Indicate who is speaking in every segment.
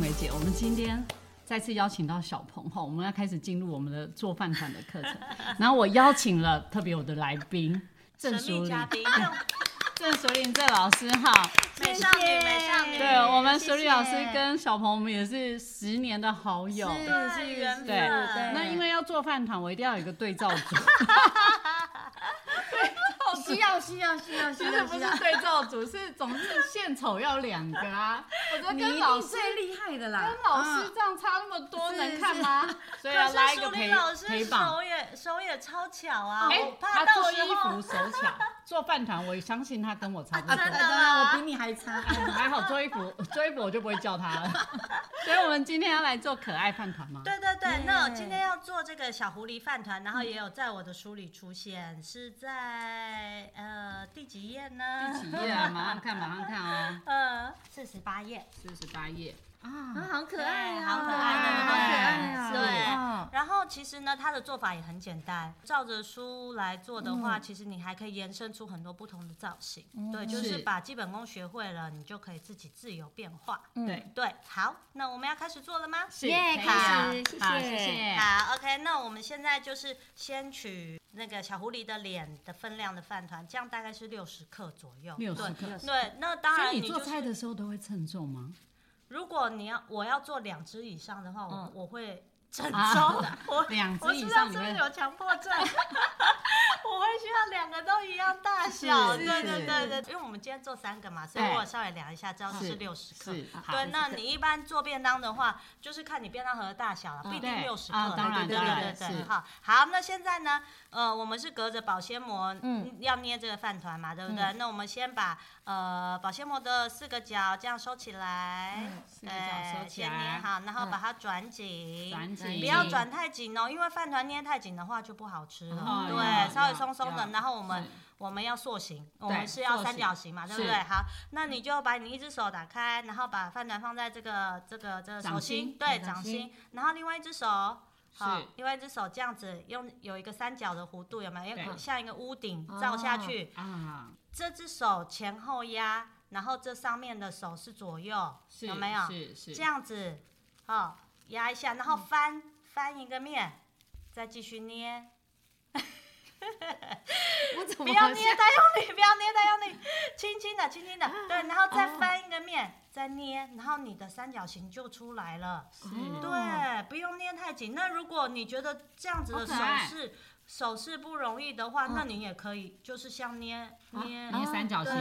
Speaker 1: 梅姐，我们今天再次邀请到小鹏哈，我们要开始进入我们的做饭团的课程。然后我邀请了特别我的来宾郑
Speaker 2: 神
Speaker 1: 淑
Speaker 2: 秘
Speaker 1: 玲
Speaker 2: 嘉，宾，
Speaker 1: 郑淑玲郑老师哈。
Speaker 2: 哎美少女，美少女，
Speaker 1: 对我们淑
Speaker 3: 谢
Speaker 1: 玲老师
Speaker 3: 谢
Speaker 1: 跟小鹏，我们也是十年的好友。
Speaker 3: 是
Speaker 2: 对
Speaker 3: 是
Speaker 2: 缘
Speaker 3: 是
Speaker 1: 对
Speaker 2: 分
Speaker 1: 那因为要做饭团，我一定要有一个对照组，
Speaker 3: 需要需要需要
Speaker 1: 其
Speaker 3: 需
Speaker 1: 实
Speaker 3: 要
Speaker 1: 不
Speaker 3: 需
Speaker 1: 是
Speaker 3: 要，
Speaker 1: 对照组，是总是献丑要两个啊。我觉得
Speaker 3: 你一
Speaker 1: 跟
Speaker 3: 定
Speaker 1: 老师
Speaker 3: 最厉害的啦，
Speaker 1: 跟老师
Speaker 3: 嗯
Speaker 1: 这样差那么多，
Speaker 3: 是
Speaker 1: 能看吗？ 所以要
Speaker 2: 可
Speaker 1: 拉一
Speaker 2: 是
Speaker 1: 个
Speaker 2: 淑
Speaker 1: 陪
Speaker 2: 玲老师
Speaker 1: 陪
Speaker 2: 手
Speaker 1: 绑。
Speaker 2: 也手也超巧啊，
Speaker 1: 哎
Speaker 2: 我，怕
Speaker 1: 他
Speaker 2: 到
Speaker 1: 做
Speaker 2: 时
Speaker 1: 衣服
Speaker 2: 候
Speaker 1: 手 巧，做饭团，我相信他跟我差不
Speaker 3: 啊，
Speaker 1: 多。
Speaker 3: 对
Speaker 2: 真的啊
Speaker 3: 对，
Speaker 2: 吗
Speaker 3: 我比你还差，
Speaker 1: 哎还好做衣服，做衣服我就不会叫他 了。所以我们今天要来做可爱饭团吗？
Speaker 2: 对对对，
Speaker 3: 耶
Speaker 2: 那我今天
Speaker 1: 嗯
Speaker 2: 要做这个小狐狸饭团，然后也有在我的书里出现，是在呃第几页呢？
Speaker 1: 几页啊？马上看，马上看哦，
Speaker 2: 呃，四十八页。
Speaker 1: 四十八页
Speaker 3: 啊，
Speaker 1: 啊。
Speaker 3: 好可爱
Speaker 2: 对
Speaker 3: 啊，
Speaker 2: 好可爱
Speaker 3: 好可爱
Speaker 1: 对
Speaker 3: 啊，
Speaker 1: 不对
Speaker 2: 对
Speaker 3: 嗯
Speaker 2: 然后其实呢，它的做法也很简单，照着书来做的
Speaker 1: 嗯
Speaker 2: 话，其实你还可以延伸出很多不同的造型。对，就是
Speaker 1: 是
Speaker 2: 把基本功学会了，你就可以自己自由变化。
Speaker 3: 嗯
Speaker 1: 对，
Speaker 2: 对，好，那我们要开始做了吗？
Speaker 1: 是
Speaker 3: 耶
Speaker 1: 可以
Speaker 2: 开
Speaker 3: 始
Speaker 1: 啊好
Speaker 3: 谢谢
Speaker 1: 谢谢。
Speaker 2: 好，OK，那我们现在就是先取那个小狐狸的脸的分量的饭团，这样大概是六十克左右。
Speaker 1: 六十
Speaker 2: 对
Speaker 1: 克。
Speaker 2: 对，那当
Speaker 1: 所
Speaker 2: 然
Speaker 1: 以你
Speaker 2: 就
Speaker 1: 做
Speaker 2: 是
Speaker 1: 菜的时候都会称重吗？
Speaker 2: 如果你要我要做两只以上的话，我、
Speaker 3: 嗯
Speaker 2: 我会整周，
Speaker 1: 啊
Speaker 2: 我
Speaker 1: 两只
Speaker 2: 我是
Speaker 1: 以
Speaker 2: 不是
Speaker 1: 上
Speaker 2: 是
Speaker 1: 你
Speaker 2: 不是
Speaker 1: 会
Speaker 2: 有强迫 症？我会需要两个都一样大小，
Speaker 1: 是
Speaker 2: 对
Speaker 1: 是
Speaker 2: 对对对，因为我们今天做三个嘛，所以
Speaker 1: 对
Speaker 2: 我稍微量一下，知道是六十克。
Speaker 1: 是，好
Speaker 2: 对，那
Speaker 3: 60克
Speaker 2: 你一般做便当的话，就是看你便当盒的大小了，不一定
Speaker 1: 对
Speaker 2: 六十克
Speaker 1: 啊
Speaker 2: 啦。
Speaker 1: 当然
Speaker 2: 对
Speaker 3: 当
Speaker 2: 对
Speaker 3: 然
Speaker 2: 对对对，
Speaker 1: 是
Speaker 2: 好，好，那现在呢，呃，我们是隔着保鲜膜，
Speaker 3: 嗯
Speaker 2: 要捏这个饭团嘛，对不
Speaker 1: 嗯
Speaker 2: 对？那我们先把呃保鲜膜的四个角这样收起来，
Speaker 3: 嗯
Speaker 1: 四个角收
Speaker 2: 对
Speaker 1: 起
Speaker 2: 先捏
Speaker 1: 来
Speaker 2: 好，然后
Speaker 3: 嗯
Speaker 2: 把它转紧，
Speaker 1: 转紧，
Speaker 3: 紧
Speaker 2: 不要转太紧哦，因为饭团捏太紧的话就不好吃了
Speaker 3: 哦。
Speaker 2: 对，
Speaker 1: 嗯要
Speaker 2: 稍微
Speaker 1: 要
Speaker 2: 松松的
Speaker 1: 要，
Speaker 2: 然后我们我们要塑形，我们是要
Speaker 1: 塑
Speaker 2: 三
Speaker 1: 形
Speaker 2: 角形嘛，对不
Speaker 1: 是
Speaker 2: 对？好，那
Speaker 1: 嗯
Speaker 2: 你就把你一只手打开，然后把饭团放在这个这个这个手
Speaker 1: 掌
Speaker 2: 心，
Speaker 1: 心
Speaker 2: 对，
Speaker 3: 嗯
Speaker 2: 掌
Speaker 3: 掌心
Speaker 2: 心，然后另外一只手。好
Speaker 1: 是，
Speaker 2: 另外一只手这样子用有一个三角的弧度，有没有？
Speaker 1: 对
Speaker 2: 像一个屋顶照下去，
Speaker 1: 啊，
Speaker 2: 这只手前后压，然后这上面的手是左右，
Speaker 1: 是
Speaker 2: 有没有？
Speaker 1: 是是
Speaker 2: 这样子，哦，压一下，然后翻、翻一个面，再继续捏，
Speaker 3: 我怎么
Speaker 2: 不要
Speaker 3: 好像
Speaker 2: 捏太用力，不要捏太用力，轻轻的，轻轻的，对，然后再翻一个面，再捏，然后你的三角形就出来了。
Speaker 1: 是
Speaker 3: 哦
Speaker 2: 对，不用捏太紧。那如果你觉得这样子的
Speaker 1: 好可
Speaker 2: 手
Speaker 1: 爱
Speaker 2: 势手势不容易的话，
Speaker 3: 嗯
Speaker 2: 那你也可以就是像捏捏。
Speaker 1: 啊捏三角
Speaker 2: 对，
Speaker 1: 形，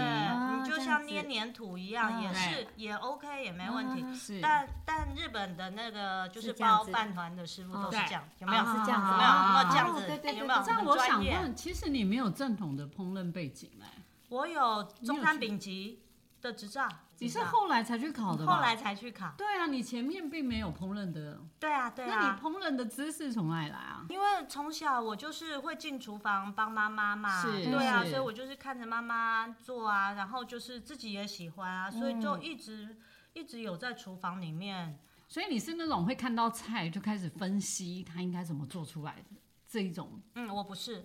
Speaker 2: 你
Speaker 3: 哦
Speaker 2: 就
Speaker 3: 这样
Speaker 2: 像
Speaker 3: 子
Speaker 2: 捏粘土一样，
Speaker 3: 嗯
Speaker 2: 也
Speaker 1: 对
Speaker 2: 是也 OK，也没问题。
Speaker 3: 啊
Speaker 1: 是
Speaker 2: 但但日本的那个就是
Speaker 3: 是这样
Speaker 2: 包
Speaker 3: 子
Speaker 2: 饭团的师傅
Speaker 3: 哦
Speaker 2: 都是
Speaker 1: 对
Speaker 2: 这样，有没有？
Speaker 3: 啊
Speaker 2: 有
Speaker 3: 是这样子
Speaker 2: 没有？有没有这样
Speaker 3: 哦对对
Speaker 2: 子？
Speaker 3: 对
Speaker 2: 有没有？
Speaker 1: 这样
Speaker 2: 很
Speaker 1: 我
Speaker 2: 专
Speaker 1: 想
Speaker 2: 业
Speaker 1: 问，其实你没有正统的烹饪背景欸嘞，
Speaker 2: 我有中餐
Speaker 1: 你有去
Speaker 2: 丙级的执照，
Speaker 1: 你是
Speaker 2: 执照
Speaker 1: 后来才去考的吧？
Speaker 2: 后来才去考。
Speaker 1: 对啊，你前面并没有烹饪的，
Speaker 2: 对啊，对
Speaker 1: 那
Speaker 2: 啊
Speaker 1: 你。烹饪的知识从哪里来啊？
Speaker 2: 因为从小我就是会进厨房帮妈妈嘛，
Speaker 1: 是
Speaker 2: 对啊，
Speaker 1: 是
Speaker 2: 所以我就是看着妈妈做啊，然后就是自己也喜欢啊，所以
Speaker 1: 嗯
Speaker 2: 就一直、一直有在厨房里面。
Speaker 1: 所以你是那种会看到菜就开始分析它应该怎么做出来的这一种，
Speaker 2: 嗯，我不是，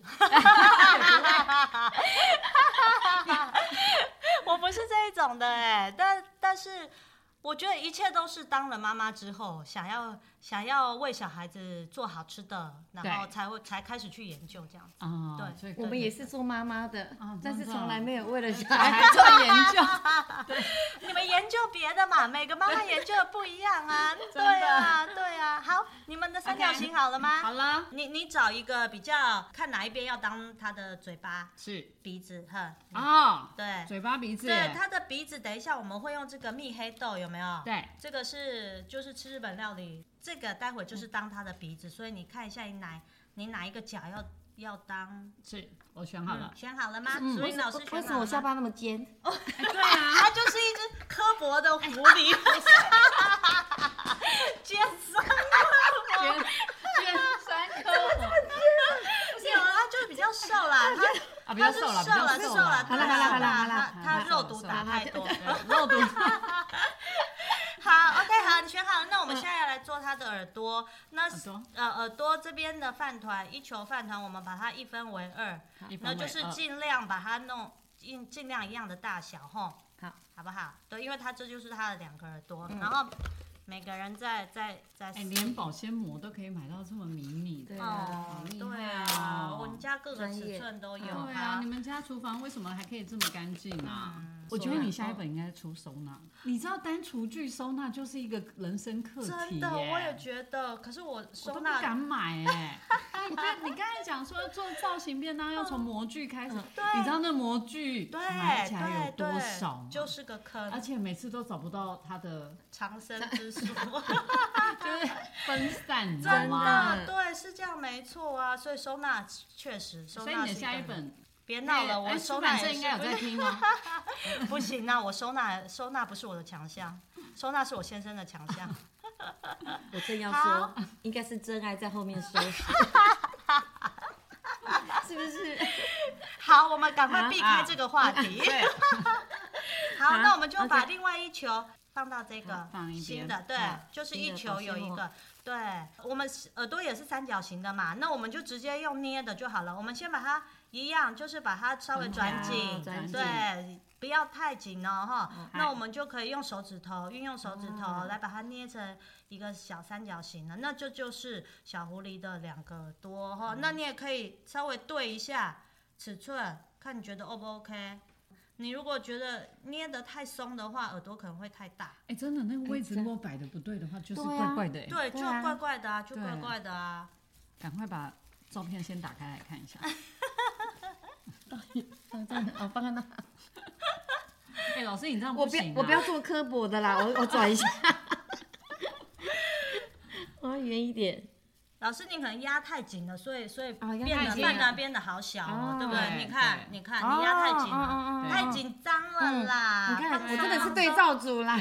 Speaker 2: 我不是这一种的哎、但但是我觉得一切都是当了妈妈之后，想要想要为小孩子做好吃的，然后
Speaker 1: 对
Speaker 2: 才会才开始去研究这样。
Speaker 1: 啊？
Speaker 2: 对哦
Speaker 1: 所以
Speaker 3: 我们也是做妈妈的
Speaker 1: 啊真的，
Speaker 3: 但是从来没有为了小
Speaker 1: 还
Speaker 3: 孩，
Speaker 1: 做研究，
Speaker 2: 你们研究别的嘛，每个妈妈研究的不一样 啊。对
Speaker 1: 的
Speaker 2: 啊，对啊。好，你们的三角形好了吗
Speaker 1: 好了，
Speaker 2: 你你找一个比较，看哪一边要当他的嘴巴、
Speaker 1: 是
Speaker 2: 鼻子，呵，
Speaker 1: 啊，
Speaker 2: 对
Speaker 1: 嘴巴鼻子，
Speaker 2: 嗯对，他的鼻子，等一下我们会用这个蜜黑豆，有没有？
Speaker 1: 对
Speaker 2: 这个是就是吃日本料理，这个待会就是当他的鼻子，所以你看一下你哪你哪一个角要要当，
Speaker 1: 是我选好了
Speaker 2: 嗯，选好了吗？
Speaker 1: 嗯
Speaker 2: 所以老师
Speaker 3: 为
Speaker 2: 选
Speaker 3: 什
Speaker 2: 好
Speaker 3: 么我
Speaker 2: 了
Speaker 3: 下
Speaker 2: 吗？
Speaker 3: 巴那么尖？
Speaker 2: 嗯
Speaker 1: 哎对啊，
Speaker 2: 它就是一只刻薄的 狐狸，尖酸哦
Speaker 1: 选选三颗
Speaker 2: 有啊，它就是比较瘦 啦，它
Speaker 1: 啊，不
Speaker 2: 它
Speaker 1: 要
Speaker 2: 是
Speaker 1: 瘦了，
Speaker 2: 了，
Speaker 1: 不要
Speaker 2: 瘦
Speaker 1: 瘦
Speaker 2: 了，
Speaker 3: 好了好了好了好了
Speaker 2: 它它
Speaker 1: 好了
Speaker 2: 肉毒
Speaker 1: 瘦
Speaker 2: 打
Speaker 1: 了
Speaker 2: 太多。
Speaker 1: 对肉毒，
Speaker 2: 好，OK，好，你选好了，那我们现在来做它的耳朵。那
Speaker 1: 耳朵
Speaker 2: 呃耳朵这边的饭团，一球饭团，我们把它一分为二，
Speaker 1: 一呃分
Speaker 2: 那
Speaker 1: 为
Speaker 2: 就是
Speaker 1: 二
Speaker 2: 尽量把它弄尽尽量一样的大小，吼，
Speaker 3: 好，
Speaker 2: 好不好？对，因为它这就是它的两个耳朵，然后。每个人在在在
Speaker 1: 嗯哎，连保鲜膜都可以买到这么迷你的
Speaker 3: 对。
Speaker 2: 哦
Speaker 3: 啊，
Speaker 1: 厉
Speaker 2: 对
Speaker 1: 害
Speaker 2: 啊，
Speaker 1: 哦
Speaker 2: 我们家各个
Speaker 3: 专
Speaker 2: 尺
Speaker 3: 业
Speaker 2: 寸都有
Speaker 1: 对
Speaker 2: 啊
Speaker 1: 啊，你。们家厨房为什么还可以这么干净啊？
Speaker 2: 嗯
Speaker 1: 我觉得你下一本应该出收纳。你知道单厨具收纳就是一个人生课题耶，
Speaker 2: 真的，我也觉得，可是我
Speaker 1: 我
Speaker 2: 收
Speaker 1: 都不
Speaker 2: 纳
Speaker 1: 敢买 哎、你看，你刚才讲说做造型便当要从模具开始，
Speaker 2: 嗯对
Speaker 1: 你知道那模具
Speaker 2: 对
Speaker 1: 买起来有
Speaker 2: 对
Speaker 1: 多少啊吗
Speaker 2: 对，就是个
Speaker 1: 而
Speaker 2: 坑，
Speaker 1: 且每次都找不到它的，
Speaker 2: 长生之 术。
Speaker 1: 就是分散，你知道
Speaker 2: 真
Speaker 1: 吗？
Speaker 2: 的，对，是这样，没错啊。所以收纳确实，收
Speaker 1: 所以
Speaker 2: 纳
Speaker 1: 你
Speaker 2: 是
Speaker 1: 的
Speaker 2: 个
Speaker 1: 下一
Speaker 2: 很，
Speaker 1: 本，
Speaker 2: 别闹了，
Speaker 1: 哎
Speaker 2: 我收
Speaker 1: 出
Speaker 2: 纳
Speaker 1: 版
Speaker 2: 也
Speaker 1: 社
Speaker 2: 是
Speaker 1: 应该有在 听哦。
Speaker 2: 不行啊，我收纳收纳不是我的强项，收纳是我先生的强项。
Speaker 3: 我正要
Speaker 2: 好
Speaker 3: 说，应该是真爱在后面收拾，是不是？
Speaker 2: 好，我们赶快避开这个话 题。 好，
Speaker 3: 好
Speaker 2: 那我们就把
Speaker 3: OK
Speaker 2: 另外一球放到这个
Speaker 1: 好放一边
Speaker 2: 新的，对
Speaker 1: 嗯，
Speaker 2: 就是
Speaker 3: 新
Speaker 2: 一
Speaker 3: 的
Speaker 2: 球有一
Speaker 3: 保鲜
Speaker 2: 个
Speaker 3: 膜。
Speaker 2: 对，我们耳朵也是三角形的嘛，那我们就直接用捏的就好了。我们先把它一样，就是把它稍微
Speaker 1: 捆起
Speaker 2: 转
Speaker 1: 来
Speaker 2: 紧，
Speaker 3: 转紧
Speaker 1: 哎
Speaker 2: 对，不要太紧哦，哈
Speaker 3: 嗯。
Speaker 2: 那
Speaker 1: 好
Speaker 2: 我们就可以用手指头，运用手指头
Speaker 3: 嗯
Speaker 2: 来把它捏成一个小三角形了。那这就是小狐狸的两个耳朵哈。那你也可以稍微对一下尺寸，看你觉得 O 不 OK。你如果觉得捏得太松的话，耳朵可能会太大。
Speaker 1: 哎、真的，那个位置如
Speaker 3: 哎真
Speaker 1: 果摆的不对的话，就是
Speaker 3: 对啊
Speaker 1: 怪怪的、哎，
Speaker 2: 对，就
Speaker 3: 对啊
Speaker 2: 怪怪的啊，就
Speaker 1: 对
Speaker 2: 怪怪的啊。
Speaker 1: 赶快把照片先打开来看一 下。哎哦，真的，哦，放在那。哎、老师，你这样
Speaker 3: 我
Speaker 1: 不
Speaker 3: 不
Speaker 1: 行、
Speaker 3: 要
Speaker 1: 啊、
Speaker 3: 我不要这么刻薄的啦，我我转一下，我要圆一点。
Speaker 2: 老师，你可能压太紧了，所以所以
Speaker 3: 哦压
Speaker 2: 变
Speaker 3: 太
Speaker 2: 得
Speaker 1: 紧
Speaker 2: 饭
Speaker 1: 了
Speaker 2: 团变得好小哦
Speaker 3: 哦，
Speaker 2: 对不对？
Speaker 1: 对
Speaker 2: 你看
Speaker 1: 对
Speaker 2: 你看，你压太紧
Speaker 3: 哦
Speaker 2: 了，
Speaker 3: 哦哦哦嗯
Speaker 2: 太
Speaker 1: 对
Speaker 2: 紧张了啦。
Speaker 3: 你看，
Speaker 2: 放
Speaker 3: 我真的是
Speaker 2: 松
Speaker 3: 对
Speaker 2: 放松
Speaker 3: 照组啦。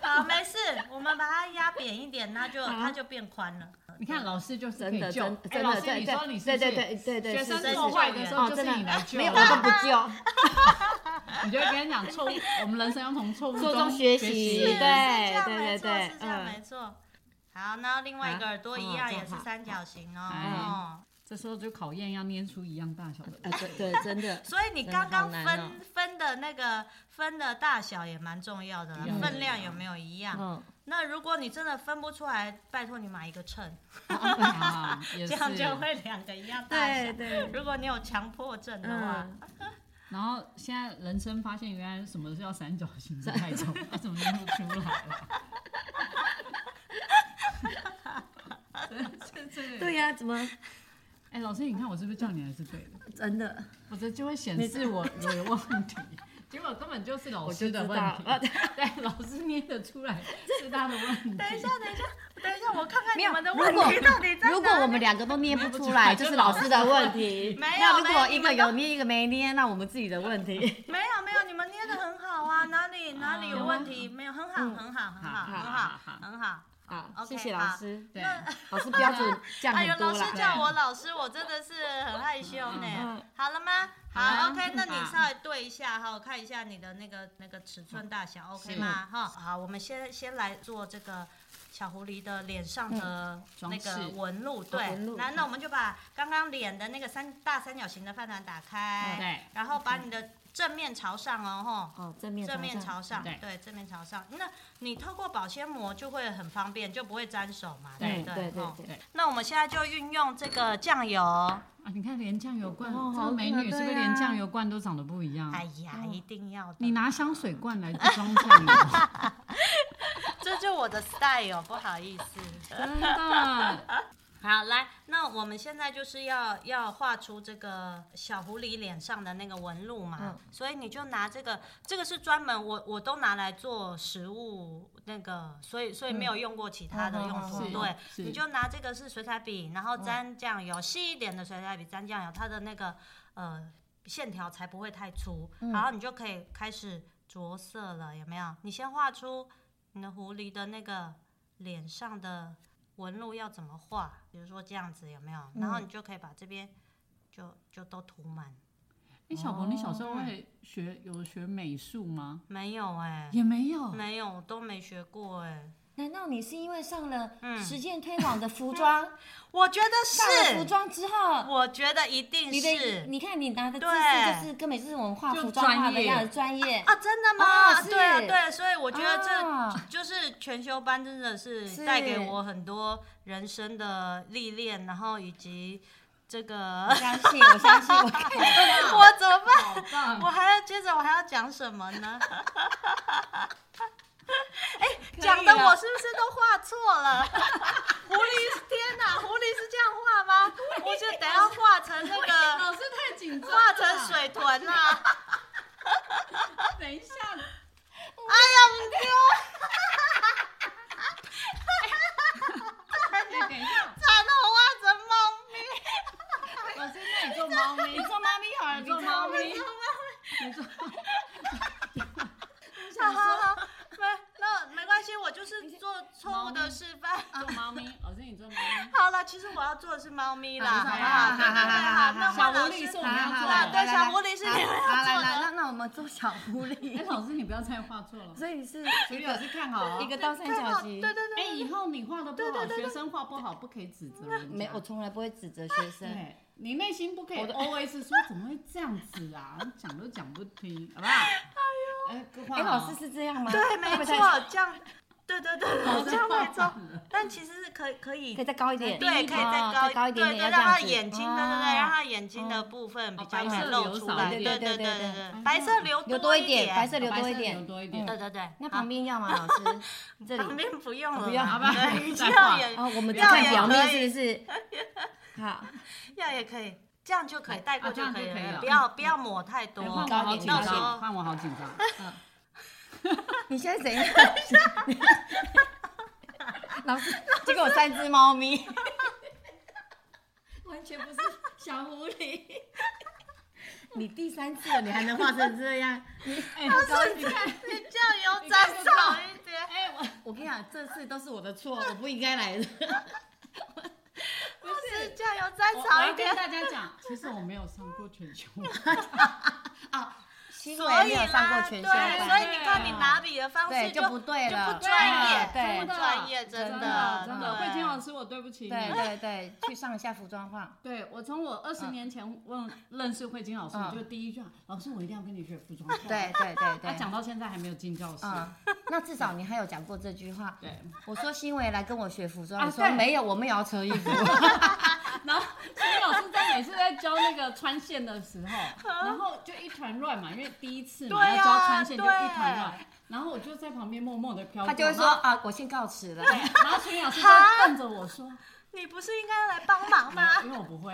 Speaker 2: 好，没事，我们把它压扁一点，它就它就变宽了。
Speaker 1: 你看老师就是可
Speaker 3: 真的，
Speaker 1: 以救，
Speaker 3: 真
Speaker 1: 哎
Speaker 3: 真
Speaker 1: 老
Speaker 3: 的，
Speaker 1: 师
Speaker 3: 对
Speaker 1: 你
Speaker 3: 对
Speaker 1: 说你是不
Speaker 3: 对
Speaker 1: 是
Speaker 3: 对对对对，
Speaker 1: 学
Speaker 3: 是
Speaker 1: 生
Speaker 3: 是
Speaker 1: 做
Speaker 3: 是
Speaker 1: 坏的时候
Speaker 3: 哦
Speaker 1: 就
Speaker 3: 真
Speaker 1: 是你来
Speaker 3: 的
Speaker 1: 救，
Speaker 3: 没有我都 不救。 啊
Speaker 1: 你就会跟他讲错误，我们人生要从错误
Speaker 3: 错中
Speaker 1: 学
Speaker 3: 学
Speaker 2: 是
Speaker 3: 习
Speaker 2: 是
Speaker 3: 对
Speaker 2: 这样
Speaker 3: 对
Speaker 2: 没
Speaker 3: 对
Speaker 2: 错，
Speaker 3: 对
Speaker 2: 是这样
Speaker 3: 嗯
Speaker 2: 没错。好，那另外一个耳朵
Speaker 3: 啊
Speaker 2: 一样
Speaker 3: 哦
Speaker 2: 也
Speaker 3: 这
Speaker 2: 是
Speaker 3: 样好
Speaker 2: 三角形哦
Speaker 1: 哎
Speaker 2: 哦。，
Speaker 1: 这时候就考验要捏出一样大 小的。
Speaker 3: 啊，对对，真的
Speaker 2: 所以你刚刚
Speaker 3: 真的好难哦
Speaker 2: 分分的那个分的大小也蛮重要的啦
Speaker 1: 一样，
Speaker 2: 分量有没有一样？
Speaker 3: 嗯，
Speaker 2: 那如果你真的分不出来，拜托你买一个秤，
Speaker 1: 啊，也
Speaker 2: 这
Speaker 1: 是。
Speaker 2: 样就会两个一样大小
Speaker 3: 对。对，
Speaker 2: 如果你有强迫症的话，
Speaker 3: 嗯，
Speaker 1: 然后现在人生发现，原来什么叫三角形是太重，他怎么捏不出来了？这这
Speaker 3: 对
Speaker 1: 对，
Speaker 3: 呀，怎么
Speaker 1: 哎，老师，你看我是不是叫你还是对的？
Speaker 3: 真的？
Speaker 1: 我这就会显示我我有问题，结果根本就是老师的问题
Speaker 3: 我就。
Speaker 1: 对，老师捏得出来是他的问题。
Speaker 2: 等一下，等一下，等一下，我看看
Speaker 3: 没
Speaker 2: 你
Speaker 3: 有
Speaker 2: 们的
Speaker 3: 如
Speaker 2: 问
Speaker 3: 果
Speaker 2: 题到底在哪里。
Speaker 3: 如果我们两个都捏不出来，就是老师的问题。
Speaker 2: 没有
Speaker 3: 那如
Speaker 2: 没有
Speaker 3: 果一个有捏，一个没捏，那我们自己的问 题。
Speaker 2: 没有没有，你们捏的很好啊，哪里哪里有
Speaker 3: 哦
Speaker 1: 有
Speaker 2: 问
Speaker 1: 吗
Speaker 2: 题？没有，很
Speaker 3: 嗯
Speaker 2: 好很好很好
Speaker 1: 好
Speaker 2: 很
Speaker 1: 好
Speaker 2: 好
Speaker 1: 好好
Speaker 2: 很好。
Speaker 3: 好，
Speaker 2: OK，
Speaker 3: 啊谢谢老师，
Speaker 1: 对，啊
Speaker 3: 老师 标准降
Speaker 2: 哎呦
Speaker 3: 很，
Speaker 2: 老
Speaker 3: 多
Speaker 2: 师
Speaker 3: 啦。
Speaker 2: 叫我老师，我真的是很害羞呢
Speaker 3: 嗯。
Speaker 2: 好了吗？
Speaker 1: 好
Speaker 2: 好
Speaker 1: 啊
Speaker 2: ，OK，那你
Speaker 1: 好
Speaker 2: 稍微对一下哈，我看一下你的那个那个尺寸大
Speaker 3: 嗯
Speaker 2: 小，OK
Speaker 1: 是
Speaker 2: 吗？哈，好，我们先先来做这个。小狐狸的脸上
Speaker 3: 嗯
Speaker 2: 的
Speaker 1: 装
Speaker 2: 那
Speaker 1: 饰
Speaker 2: 个纹路，对
Speaker 3: 哦纹，路嗯
Speaker 2: 那那我们就把刚刚脸的那个三大三角形的饭团打
Speaker 3: 嗯
Speaker 2: 开，
Speaker 1: 对，
Speaker 2: 然后把你的正面朝上哦，吼，
Speaker 3: 哦，正面
Speaker 2: 正面
Speaker 3: 朝
Speaker 2: 朝上，
Speaker 3: 上，
Speaker 1: 对
Speaker 2: 对，正面朝上。那你透过保鲜膜就会很方便，就不会沾手嘛，
Speaker 1: 对
Speaker 2: 不
Speaker 3: 嗯对
Speaker 2: 哦
Speaker 3: 对对，
Speaker 2: 那我们现在就运用这个酱油，
Speaker 1: 啊，你看连酱油罐，
Speaker 3: 哦
Speaker 1: 这
Speaker 3: 好
Speaker 1: 个美
Speaker 3: 可
Speaker 1: 女是不是
Speaker 3: 对
Speaker 1: 连
Speaker 3: 啊
Speaker 1: 酱油罐都长得不一样？
Speaker 2: 哎呀，一定要的。
Speaker 1: 你拿香水罐来装酱油，
Speaker 2: 这就我的 style，不好意思。
Speaker 1: 真的。
Speaker 2: 好，来，那我们现在就是要要画出这个小狐狸脸上的那个纹路嘛，
Speaker 3: 嗯
Speaker 2: 所以你就拿这个，这个是专门我我都拿来做食物那个，所以所以没有用过其他的
Speaker 3: 嗯
Speaker 2: 用途，
Speaker 3: 嗯嗯嗯
Speaker 2: 对，
Speaker 1: 是
Speaker 2: 你就拿这个是水彩笔，然后沾酱油，细一点的水彩笔沾酱油，它的那个呃线条才不会太粗，然后你就可以开始着色了，有没有？你先画出你的狐狸的那个脸上的纹路要怎么画，比如说这样子有没有？然后你就可以把这边就就都涂满。
Speaker 1: 哎，小鹏，你小时候会学有学美术吗？
Speaker 2: 没有哎、
Speaker 1: 也没有，
Speaker 2: 没有，都没学过哎、
Speaker 3: 难道你是因为上了
Speaker 2: 嗯
Speaker 3: 实践推广的 服装，
Speaker 2: 我觉得
Speaker 3: 上了服
Speaker 2: 是，
Speaker 3: 装之后，
Speaker 2: 我觉得一定
Speaker 3: 你的
Speaker 2: 是
Speaker 3: 你看你拿的姿
Speaker 2: 对
Speaker 3: 势就是根本就是我们画
Speaker 1: 就
Speaker 3: 服装画
Speaker 1: 专
Speaker 3: 的
Speaker 1: 业
Speaker 3: 样子，专业。
Speaker 2: 啊，真的吗？
Speaker 3: 哦是
Speaker 2: 对啊，对，所以我觉得
Speaker 3: 啊
Speaker 2: 这就是全修班真的
Speaker 3: 是
Speaker 2: 是带给我很多人生的历练，然后以及这个
Speaker 3: 我相信，我相信，我看
Speaker 2: 我怎么办？
Speaker 1: 好棒！
Speaker 2: 我还要接着，我还要讲什么呢？哎、
Speaker 1: 以
Speaker 2: 讲的
Speaker 1: 了
Speaker 2: 我是不是都画错了？狐狸，天哪，狐狸是这样画吗？我就等下画成那个，
Speaker 1: 老师太紧张了，
Speaker 2: 画成水豚啦、
Speaker 1: 啊等一下，
Speaker 2: 哎呀，
Speaker 1: 哎等一下，
Speaker 2: 不惨了，我画成猫咪。
Speaker 1: 老师，那你做猫咪，你
Speaker 3: 做妈咪好了，
Speaker 1: 做猫咪，
Speaker 2: 好好好，没那没关系，我就是做错误的示范。
Speaker 1: 做猫咪，老师你做猫咪。
Speaker 2: 好了，其实我要做的是猫咪啦，
Speaker 1: 啊
Speaker 2: 好
Speaker 1: 你
Speaker 2: 不
Speaker 1: 说
Speaker 2: 好？对对
Speaker 3: 好
Speaker 1: 小狐狸
Speaker 2: 对，好，那换老师
Speaker 3: 好好好
Speaker 1: 是我们要做
Speaker 2: 啦
Speaker 1: 的。
Speaker 2: 对小狐狸是你们要
Speaker 3: 好来
Speaker 2: 做
Speaker 3: 来，
Speaker 2: 的
Speaker 3: 那那我们做小狐
Speaker 1: 哎，
Speaker 3: 狸，
Speaker 1: 老师你不要再画错了。
Speaker 3: 所以 是
Speaker 1: 所以老师看好哦
Speaker 3: 哦一个倒三角形。
Speaker 2: 对对
Speaker 1: 哎，
Speaker 2: 对，
Speaker 1: 以后你画的不好，学生画不好，不可以指责人家。
Speaker 3: 没，我从来不会指责学生。
Speaker 1: 对，你内心不可以
Speaker 3: 我的
Speaker 1: always 说怎么会这样子啊，讲都讲不听，好不好？哎呦，
Speaker 3: 哎，老师是这样吗？
Speaker 2: 对，没
Speaker 3: 会不会
Speaker 2: 错
Speaker 3: 太，
Speaker 2: 这样，对对对，
Speaker 1: 老师
Speaker 2: 这样
Speaker 1: 画
Speaker 2: 没错
Speaker 1: 反了。
Speaker 2: 但其实是可以可以
Speaker 3: 可以。再高一点。
Speaker 2: 对，可以
Speaker 3: 哦
Speaker 2: 再
Speaker 3: 再高
Speaker 2: 高
Speaker 3: 一点
Speaker 2: 对对，
Speaker 3: 点，要
Speaker 2: 让
Speaker 3: 这样
Speaker 2: 他
Speaker 3: 子
Speaker 2: 眼睛，对对
Speaker 3: 哦
Speaker 2: 对，让他眼睛的部分比
Speaker 1: 哦
Speaker 2: 较
Speaker 1: 白
Speaker 2: 可以
Speaker 1: 色
Speaker 2: 露
Speaker 1: 留
Speaker 2: 出
Speaker 1: 少
Speaker 2: 来，
Speaker 1: 一点
Speaker 2: 对对
Speaker 3: 对对对
Speaker 2: 对
Speaker 3: 对，
Speaker 2: 白色留
Speaker 3: 留多
Speaker 2: 一
Speaker 3: 一点，
Speaker 2: 点，
Speaker 3: 白色留多一点
Speaker 1: 留。多一
Speaker 3: 嗯
Speaker 1: 点，
Speaker 2: 对对对。
Speaker 3: 那旁边要吗，老师？这里
Speaker 2: 旁边不用了啦，
Speaker 3: 不用
Speaker 1: 好吧
Speaker 2: 对，
Speaker 1: 再
Speaker 2: 要
Speaker 1: 画
Speaker 2: 也
Speaker 3: 哦，我们只
Speaker 2: 要
Speaker 3: 看
Speaker 2: 也
Speaker 3: 表面
Speaker 2: 可以
Speaker 3: 是不是？ 好，
Speaker 2: 要也可以，这样就可以带过就可以
Speaker 1: 啊这样就可以了
Speaker 2: 不要不要抹太多
Speaker 1: 哎，换我
Speaker 3: 高
Speaker 1: 好
Speaker 3: 一
Speaker 1: 紧
Speaker 3: 点
Speaker 1: 张
Speaker 3: 高一
Speaker 1: 哦，
Speaker 3: 点
Speaker 1: 换我好紧张。嗯
Speaker 3: 你现在怎样？ 老师，结果有三只猫咪，完全不是小狐狸。 你第三次了，你还能画成这样？
Speaker 1: 哎，高一点。
Speaker 2: 你这样有长少一点。
Speaker 1: 哎，我
Speaker 3: 我跟你讲，这次都是我的错，我不应该来 的。
Speaker 2: 不是酱油再
Speaker 1: 我我
Speaker 2: 少
Speaker 1: 要
Speaker 2: 一
Speaker 1: 跟
Speaker 2: 点，
Speaker 1: 大家讲，其实我没有上过全球。
Speaker 3: 所
Speaker 2: 所以
Speaker 3: 没有上过
Speaker 2: 啦，
Speaker 3: 全
Speaker 2: 对，
Speaker 3: 修班
Speaker 2: 所以你看你拿笔的方
Speaker 3: 对
Speaker 2: 式
Speaker 3: 就不对了，啊
Speaker 2: 就不专
Speaker 1: 啊
Speaker 2: 业，
Speaker 3: 对
Speaker 2: 不专业，
Speaker 3: 真的
Speaker 2: 真
Speaker 1: 真
Speaker 2: 的
Speaker 1: 的，。慧清老师，我对不起你。
Speaker 3: 对对对，去上一下服装画。
Speaker 1: 对，我从我二十年前问认识慧晶老师，
Speaker 3: 嗯
Speaker 1: 我就第一句话，老师我一定要跟你学服装。
Speaker 3: 对，对对
Speaker 1: 他
Speaker 3: 对，
Speaker 1: 讲到现在还没有进教室。
Speaker 3: 嗯，那至少你还有讲过这句话。
Speaker 1: 对，
Speaker 3: 我说新维来跟我学服装，
Speaker 1: 啊
Speaker 3: 你说
Speaker 1: 对
Speaker 3: 没有，我们也要扯衣 服。
Speaker 1: 然后所以老师在每次在教那个穿线的时 候，然后就一团乱嘛，因为第一次嘛
Speaker 2: 啊对啊
Speaker 1: 要教穿线就一团
Speaker 2: 对
Speaker 1: 乱，然后我就在旁边默默的飘过。
Speaker 3: 他就会说
Speaker 1: 然后，
Speaker 3: 啊，我先告辞了。
Speaker 1: 对然后秦老师就会瞪着我 说，
Speaker 2: 你不是应该来帮忙吗？
Speaker 1: 因为我不 会。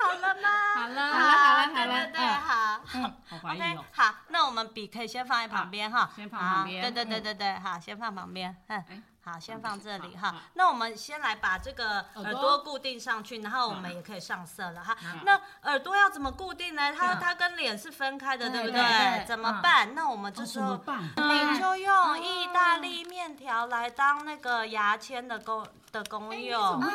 Speaker 2: 好了吗？
Speaker 1: 好了
Speaker 2: 对对对，
Speaker 3: 嗯
Speaker 2: 好。
Speaker 1: 好怀疑
Speaker 2: OK，
Speaker 1: 哦。
Speaker 2: 好，那我们笔可以先放在旁边哈，
Speaker 1: 先放旁边
Speaker 2: 好对对对对对，好，先放旁边，
Speaker 1: 哎
Speaker 2: 嗯，好，先放这里
Speaker 1: 好
Speaker 2: 哈。那我们先来把这个
Speaker 1: 朵
Speaker 2: 耳朵固定上去，然后我们也可以上色了哈。那耳朵要怎么固定呢？它
Speaker 1: 嗯
Speaker 2: 它跟脸是分开的，
Speaker 3: 对
Speaker 2: 对不
Speaker 3: 对对
Speaker 2: 怎么
Speaker 3: 嗯
Speaker 2: 办？那我们这
Speaker 1: 哦
Speaker 2: 时
Speaker 1: 怎么
Speaker 2: 候嗯
Speaker 1: 办？
Speaker 2: 你就用意大利面条来当那个牙签的功的功
Speaker 1: 哎，你怎
Speaker 2: 用
Speaker 1: 么，会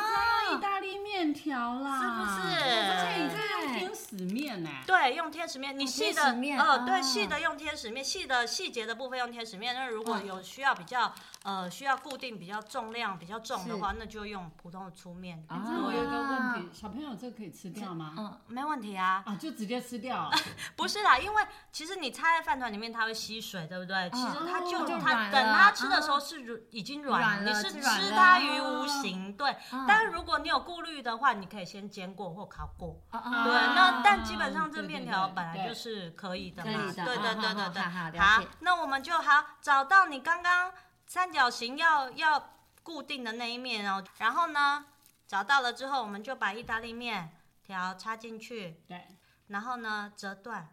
Speaker 1: 用意大利面条啦？
Speaker 2: 啊是不是？
Speaker 1: 而且你这用天使面呢、
Speaker 2: 对，用天使面，你细的
Speaker 3: 哦天使面
Speaker 2: 呃，
Speaker 3: 哦
Speaker 2: 对，细的用天使面，细的细节的部分用天使面。那如果
Speaker 3: 嗯
Speaker 2: 有需要比较呃需要固定比较重量比较重的话，那就用普通的粗面，
Speaker 3: 啊
Speaker 1: 你知道我有一个问
Speaker 2: 啊
Speaker 1: 题，小朋友这个可以吃掉吗？
Speaker 3: 嗯
Speaker 2: 没问题啊。
Speaker 1: 啊，就直接吃 掉。
Speaker 2: 不是啦，因为其实你插在饭团里面，它会吸水，对不对？其实它就
Speaker 3: 嗯哦就
Speaker 2: 它
Speaker 3: 软
Speaker 2: 等
Speaker 3: 了
Speaker 2: 它吃的时候是如已经软
Speaker 3: 软
Speaker 2: 了，你
Speaker 3: 了
Speaker 2: 是
Speaker 3: 是软
Speaker 2: 吃
Speaker 3: 了
Speaker 2: 它于无形。对，
Speaker 3: 嗯
Speaker 2: 但是如果你有顾虑的话，你可以先煎过或烤过。
Speaker 3: 啊
Speaker 1: 啊
Speaker 2: 对，
Speaker 1: 啊
Speaker 2: 那但基本上这
Speaker 1: 对对
Speaker 2: 面条
Speaker 1: 对
Speaker 2: 本来
Speaker 1: 对
Speaker 2: 就是可以的
Speaker 3: 可以
Speaker 2: 嘛，
Speaker 3: 的
Speaker 2: 对对对
Speaker 3: 啊好
Speaker 2: 对
Speaker 3: 好
Speaker 2: 对。
Speaker 3: 好好了
Speaker 2: 好
Speaker 3: 解，
Speaker 2: 那我们就好找到你刚刚三角形要要固定的那一面哦，然后呢找到了之后，我们就把意大利面条插进去，
Speaker 1: 对，
Speaker 2: 然后呢折断。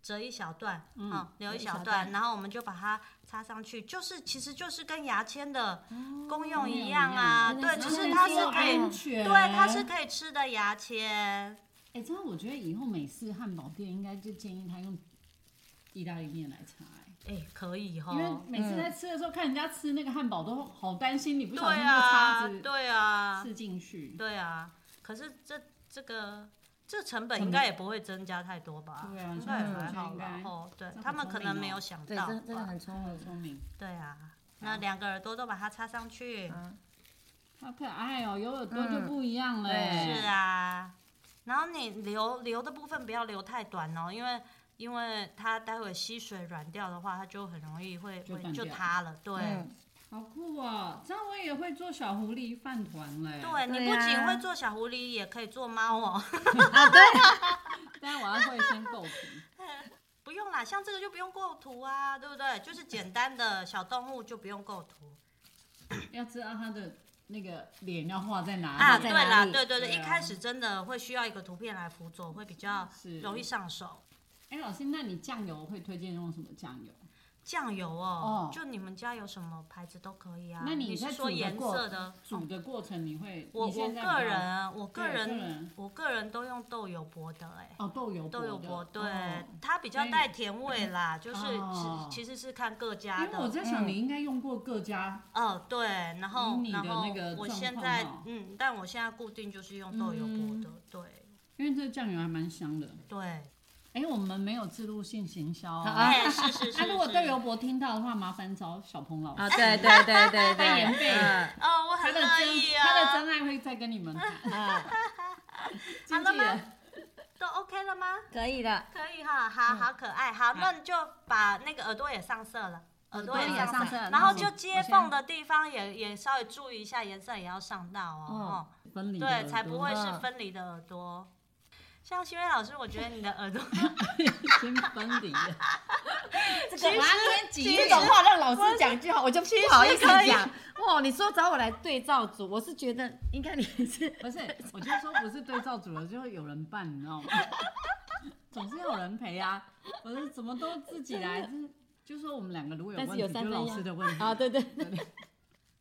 Speaker 2: 折一小段，
Speaker 1: 嗯
Speaker 2: 啊，留一
Speaker 3: 留一小
Speaker 2: 小段，
Speaker 3: 段
Speaker 2: 然后我们就把它插上去，就是其实就是跟牙签的功用
Speaker 1: 功用
Speaker 2: 一
Speaker 1: 一
Speaker 2: 样啊，
Speaker 3: 样
Speaker 2: 对，
Speaker 3: 真的
Speaker 2: 只
Speaker 3: 是
Speaker 2: 是它是
Speaker 3: 这样
Speaker 2: 可以
Speaker 1: 安，全，
Speaker 2: 对，它是。可以吃的牙签，
Speaker 1: 哎，真的，我觉得以后美式汉堡店应该就建议他用意大利面来插、哎
Speaker 2: 哎、可以哈，
Speaker 1: 因为每
Speaker 2: 嗯
Speaker 1: 次在吃的时候看人家吃那个汉堡，都好担心你不小
Speaker 2: 对
Speaker 1: 心那个叉
Speaker 2: 啊
Speaker 1: 子，
Speaker 2: 对啊，
Speaker 1: 刺进去。
Speaker 2: 对啊。可是这这个这成本应该也不会增加太多吧？
Speaker 1: 对啊
Speaker 2: 应该也还好
Speaker 1: 应该
Speaker 2: 啦。哦，对
Speaker 1: 这很
Speaker 2: 他们可
Speaker 1: 聪明
Speaker 2: 能
Speaker 1: 哦
Speaker 2: 没有想
Speaker 3: 对，
Speaker 2: 到
Speaker 3: 这这个
Speaker 2: 吧。
Speaker 3: 很聪
Speaker 1: 好
Speaker 3: 明。
Speaker 1: 聪明，
Speaker 2: 对啊，那两个耳朵都把它插上去。
Speaker 3: 嗯，
Speaker 1: 好可爱哦，有耳朵就
Speaker 3: 嗯
Speaker 1: 不一样了
Speaker 3: 对
Speaker 1: 欸。
Speaker 2: 是啊，然后你留留的部分不要留太短哦，因为因为它待会吸水软掉的话，它就很容易会
Speaker 1: 就
Speaker 2: 会
Speaker 1: 断
Speaker 2: 就
Speaker 1: 掉
Speaker 2: 塌了。对、
Speaker 3: 嗯
Speaker 1: 好酷哦！这样我也会做小狐狸饭团嘞。
Speaker 2: 对，你
Speaker 3: 对
Speaker 2: 不仅
Speaker 3: 啊
Speaker 2: 会做小狐狸，也可以做猫哦。
Speaker 1: 但我要会先构图。
Speaker 2: 不用啦，像这个就不用构图啊，对不对？就是简单的小动物就不用构图
Speaker 1: 要知道他的那个脸要画在哪里
Speaker 2: 啊。对
Speaker 3: 在
Speaker 2: 啦，
Speaker 3: 哪里
Speaker 2: 对对对，
Speaker 1: 对啊
Speaker 2: 一开始真的会需要一个图片来辅佐，会比较
Speaker 1: 是
Speaker 2: 容易上手。
Speaker 1: 哎、老师，那你酱油会推荐用什么酱油？
Speaker 2: 酱油
Speaker 1: 哦，
Speaker 2: 哦就你们家有什么牌子都可以啊。
Speaker 1: 那
Speaker 2: 你
Speaker 1: 你
Speaker 2: 是
Speaker 1: 在
Speaker 2: 说
Speaker 1: 煮的
Speaker 2: 颜
Speaker 1: 过
Speaker 2: 色的？
Speaker 1: 煮的过程你会？你
Speaker 2: 我哦我
Speaker 1: 现在
Speaker 2: 个
Speaker 1: 比较
Speaker 2: 人，我个
Speaker 1: 对个
Speaker 2: 人，
Speaker 1: 人
Speaker 2: 我个人都用豆油薄的哎、
Speaker 1: 哦，豆油
Speaker 2: 豆油
Speaker 1: 薄
Speaker 2: 薄
Speaker 1: 的
Speaker 2: 对
Speaker 1: 哦，
Speaker 2: 它比较
Speaker 1: 所以
Speaker 2: 带甜味啦，就是
Speaker 1: 哦
Speaker 2: 其其实是看各家嗯
Speaker 1: 因为我
Speaker 2: 的。
Speaker 1: 在想你应该用过各家，
Speaker 2: 哦，对，然后
Speaker 1: 以你的
Speaker 2: 然后
Speaker 1: 那个
Speaker 2: 我
Speaker 1: 状
Speaker 2: 现
Speaker 1: 况嗯
Speaker 2: 在
Speaker 1: 哦
Speaker 2: 嗯，但我现在固定就是用豆油薄的，对
Speaker 1: 因为这酱油还蛮香的。
Speaker 2: 对，
Speaker 1: 哎、我们没有自入性行销 啊。
Speaker 2: 哎是是是
Speaker 1: 那、如果
Speaker 2: 是
Speaker 1: 豆油博听到的话，麻烦找小鹏老师。
Speaker 3: 啊，对对对 对对，
Speaker 1: 代言费
Speaker 3: 嗯
Speaker 2: 哦，我
Speaker 1: 他
Speaker 2: 很
Speaker 1: 的
Speaker 2: 乐
Speaker 1: 真
Speaker 2: 意
Speaker 1: 他的
Speaker 2: 啊，
Speaker 1: 真爱会再跟你们谈。
Speaker 3: 嗯，
Speaker 1: 经
Speaker 2: 好了
Speaker 1: 纪
Speaker 2: 吗
Speaker 1: 人
Speaker 2: 都 OK 了吗？
Speaker 3: 可以的。
Speaker 2: 可以哈，好
Speaker 1: 嗯
Speaker 2: 好可爱，好，那你就把那个耳朵也上色了。耳朵
Speaker 1: 耳朵
Speaker 2: 也
Speaker 1: 也
Speaker 2: 上
Speaker 1: 上
Speaker 2: 色
Speaker 1: 色，
Speaker 2: 然后
Speaker 1: 那
Speaker 2: 就
Speaker 1: 我
Speaker 2: 接
Speaker 1: 我先
Speaker 2: 缝的地方也也稍微注意一下，颜色也要上到哦。哦
Speaker 3: 哦
Speaker 1: 分离的耳
Speaker 2: 对，
Speaker 1: 朵
Speaker 2: 才不会是
Speaker 3: 嗯
Speaker 2: 分离的耳朵。像新薇老师，我觉得你的耳朵
Speaker 1: 先分离了。
Speaker 3: 这
Speaker 2: 其
Speaker 3: 个
Speaker 2: 实
Speaker 3: 我要先
Speaker 2: 其
Speaker 3: 举
Speaker 2: 实
Speaker 3: 这种话让老师讲就好，我就不好意思讲。哇，哦你说找我来对照组，我是觉得应该你 是
Speaker 1: 不是，我就说不是对照组了，就会有人办，你知 道吗？总是要有人陪啊，我是怎么都自己来，就是就说我们两个如果有问
Speaker 3: 但
Speaker 1: 题，
Speaker 3: 是有
Speaker 1: 就
Speaker 3: 三分
Speaker 1: 老
Speaker 3: 呀
Speaker 1: 师的问题
Speaker 3: 啊，对对，
Speaker 1: 对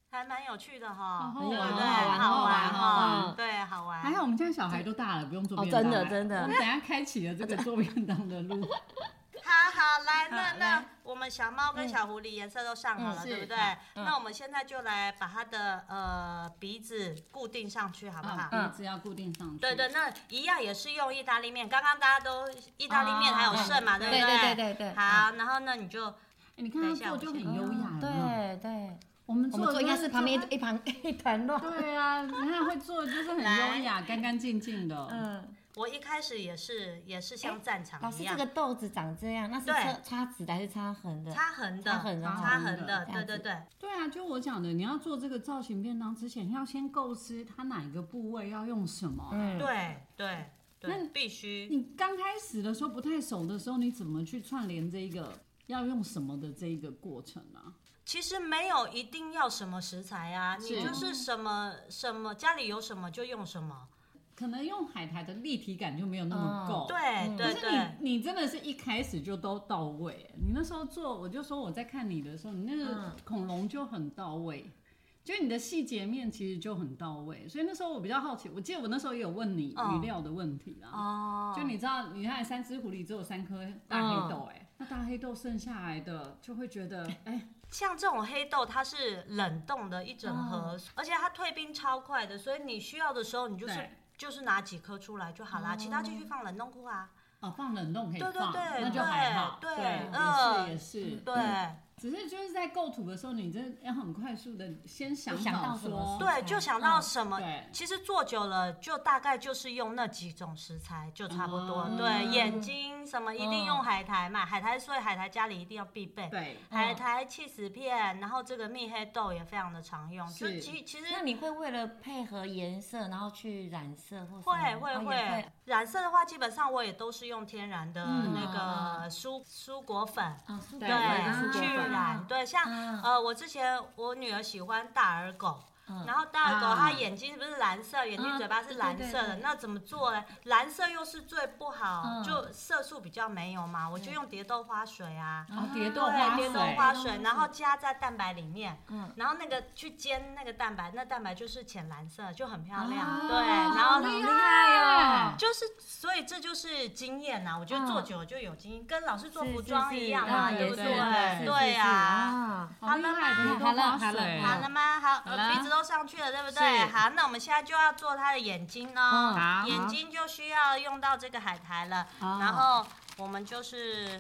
Speaker 2: 还蛮有趣的
Speaker 1: 好
Speaker 2: 哈，
Speaker 1: 好
Speaker 2: 对
Speaker 1: 玩
Speaker 2: 不对？
Speaker 1: 哦好玩
Speaker 2: 好
Speaker 1: 好玩
Speaker 2: 哈
Speaker 1: 好，玩
Speaker 2: 对，好玩。
Speaker 1: 还好我们家小孩都大了，不用做
Speaker 3: 嗯哦
Speaker 1: 便当了、
Speaker 3: 真的真的
Speaker 1: 我们等一下开启了这个做便当的 路，
Speaker 2: 好好来，那
Speaker 3: 好
Speaker 2: 那
Speaker 3: 来
Speaker 2: 我们小猫跟
Speaker 3: 嗯
Speaker 2: 小狐狸颜色都上好了，
Speaker 3: 嗯
Speaker 2: 对不
Speaker 1: 是
Speaker 2: 对
Speaker 1: 好？
Speaker 3: 嗯
Speaker 2: 那我们现在就来把它的呃鼻子固定上去，好不
Speaker 3: 嗯
Speaker 2: 好？
Speaker 1: 啊，鼻子要固定上去。
Speaker 2: 对对，那一样也是用意大利面，刚刚大家都意大利面还有
Speaker 1: 啊
Speaker 2: 剩嘛，对不
Speaker 3: 嗯对对对对对，
Speaker 2: 好，然后呢你就
Speaker 1: 哎你看
Speaker 2: 等
Speaker 1: 他
Speaker 2: 一下
Speaker 1: 做
Speaker 2: 我
Speaker 1: 就
Speaker 2: 先
Speaker 1: 很优雅，有没有，
Speaker 3: 嗯对对，
Speaker 1: 我们
Speaker 3: 我
Speaker 1: 做
Speaker 3: 们做应该是旁 边
Speaker 1: 的
Speaker 3: 一一盘一团乱。
Speaker 1: 对啊，你看会做的就是很优雅，干干净净的。
Speaker 3: 嗯，
Speaker 2: 我一开始也是也是像
Speaker 3: 哎
Speaker 2: 战场
Speaker 3: 老
Speaker 2: 一
Speaker 3: 师，
Speaker 2: 样
Speaker 3: 这个，豆子长这样，那是
Speaker 2: 对
Speaker 3: 插插籽的还是插横的？
Speaker 2: 擦痕的，
Speaker 3: 擦痕的
Speaker 2: 擦
Speaker 1: 哦
Speaker 2: 痕的，
Speaker 3: 这
Speaker 2: 对
Speaker 3: 样
Speaker 2: 对
Speaker 3: 子
Speaker 2: 对，
Speaker 1: 对啊，就我讲的，你要做这个造型便当之前，要先构思它哪一个部位要用什么。
Speaker 3: 嗯，
Speaker 2: 对对
Speaker 1: 那
Speaker 2: 对，必须。
Speaker 1: 你刚开始的时候不太熟的时候，你怎么去串联这一个要用什么的这一个过程啊？
Speaker 2: 其实没有一定要什么食材啊，你
Speaker 1: 是
Speaker 2: 就是什么什么家里有什么就用什么。
Speaker 1: 可能用海苔的立体感就没有那
Speaker 3: 嗯
Speaker 1: 么够。
Speaker 2: 对对
Speaker 1: 哦可是
Speaker 2: 对，
Speaker 1: 你你真的是一开始就都到位，你那时候做，我就说我在看你的时候，你那个
Speaker 3: 嗯
Speaker 1: 恐龙就很到位，就你的细节面其实就很到位，所以那时候我比较好奇，我记得我那时候也有问你
Speaker 2: 嗯
Speaker 1: 鱼料的问题啦，
Speaker 2: 哦，嗯
Speaker 1: 就你知道，你看三只狐狸只有三颗大黑豆、哎、那大黑豆剩下来的就会觉得， 哎、
Speaker 2: 像这种黑豆，它是冷冻的一整盒，
Speaker 1: 哦
Speaker 2: 而且它退冰超快的，所以你需要的时候，你就是
Speaker 1: 对
Speaker 2: 就是拿几颗出来就好啦，其他继续放冷冻库啊。
Speaker 1: 哦，放冷冻可以
Speaker 2: 对
Speaker 1: 放，
Speaker 2: 对对，
Speaker 1: 那就还好，
Speaker 2: 对
Speaker 1: 对，
Speaker 2: 嗯
Speaker 1: 也是也是，
Speaker 2: 对。
Speaker 1: 只是就是在构图的时候，你真的要很快速的先想
Speaker 3: 就想
Speaker 1: 好
Speaker 3: 到什么
Speaker 1: 说，
Speaker 2: 对，
Speaker 3: 嗯
Speaker 2: 就想到什么，
Speaker 1: 对
Speaker 2: 其实做久了就大概就是用那几种食材就差不多。
Speaker 1: 嗯
Speaker 2: 对，眼睛什么一定
Speaker 3: 嗯
Speaker 2: 用海苔嘛，海苔所以海苔家里一定要必备。
Speaker 1: 对
Speaker 2: 海
Speaker 3: 嗯
Speaker 2: 苔、起司片，然后这个蜜黑豆也非常的常用。就是其其实
Speaker 3: 那你会为了配合颜色，然后去染色或什么
Speaker 2: 会会
Speaker 3: 哦也
Speaker 2: 会
Speaker 3: 会，
Speaker 2: 染色的话，基本上我也都是用天然的
Speaker 1: 嗯
Speaker 2: 那
Speaker 3: 哦
Speaker 2: 个蔬蔬果粉。
Speaker 3: 啊，苏
Speaker 1: 对
Speaker 2: 对
Speaker 3: 格兰
Speaker 1: 也是
Speaker 3: 啊
Speaker 1: 蔬
Speaker 2: 去
Speaker 1: 果粉
Speaker 2: 染，对，像
Speaker 3: 嗯
Speaker 2: 呃，我之前我女儿喜欢大耳狗，
Speaker 3: 嗯
Speaker 2: 然后大耳狗它
Speaker 1: 啊
Speaker 2: 眼睛不是蓝色，眼睛
Speaker 3: 嗯
Speaker 2: 嘴巴是
Speaker 3: 对对
Speaker 2: 蓝
Speaker 3: 对
Speaker 2: 色的，
Speaker 3: 对
Speaker 2: 那怎么做呢？蓝色又是最不好，
Speaker 3: 嗯
Speaker 2: 就色素比较没有嘛，我就用蝶豆花水啊，
Speaker 1: 哦，蝶豆
Speaker 2: 对，
Speaker 1: 花
Speaker 2: 蝶
Speaker 1: 水，
Speaker 2: 豆花
Speaker 3: 蝶豆花
Speaker 2: 水，
Speaker 3: 水
Speaker 2: 然后加在蛋白里面，
Speaker 3: 嗯
Speaker 2: 然后那个去煎那个蛋白，那蛋白就是浅蓝色，就很漂亮，
Speaker 1: 啊
Speaker 2: 对，然后
Speaker 3: 好厉
Speaker 2: 它
Speaker 3: 害哦！
Speaker 2: 就是，所以这就是经验啊呐、我觉得做久了就有经验，跟老师做
Speaker 3: 是
Speaker 2: 服
Speaker 3: 是
Speaker 2: 装
Speaker 3: 是
Speaker 2: 一样嘛，
Speaker 3: 啊
Speaker 2: 对
Speaker 3: 也
Speaker 2: 不
Speaker 3: 是
Speaker 2: 对？
Speaker 1: 是是
Speaker 3: 是
Speaker 2: 对
Speaker 3: 是
Speaker 2: 啊。
Speaker 3: 啊
Speaker 1: 好厉害，
Speaker 3: 好了
Speaker 1: 蝶豆花
Speaker 3: 好了
Speaker 1: 水，
Speaker 2: 好了吗？好，
Speaker 1: 好了
Speaker 2: 呃鼻子都都上去了，对不对？
Speaker 1: 是
Speaker 2: 好，那我们现在就要做他的眼睛哦。
Speaker 1: 嗯好
Speaker 2: 眼睛就需要用到这个海苔了。
Speaker 3: 嗯
Speaker 1: 哦
Speaker 2: 然后我们就是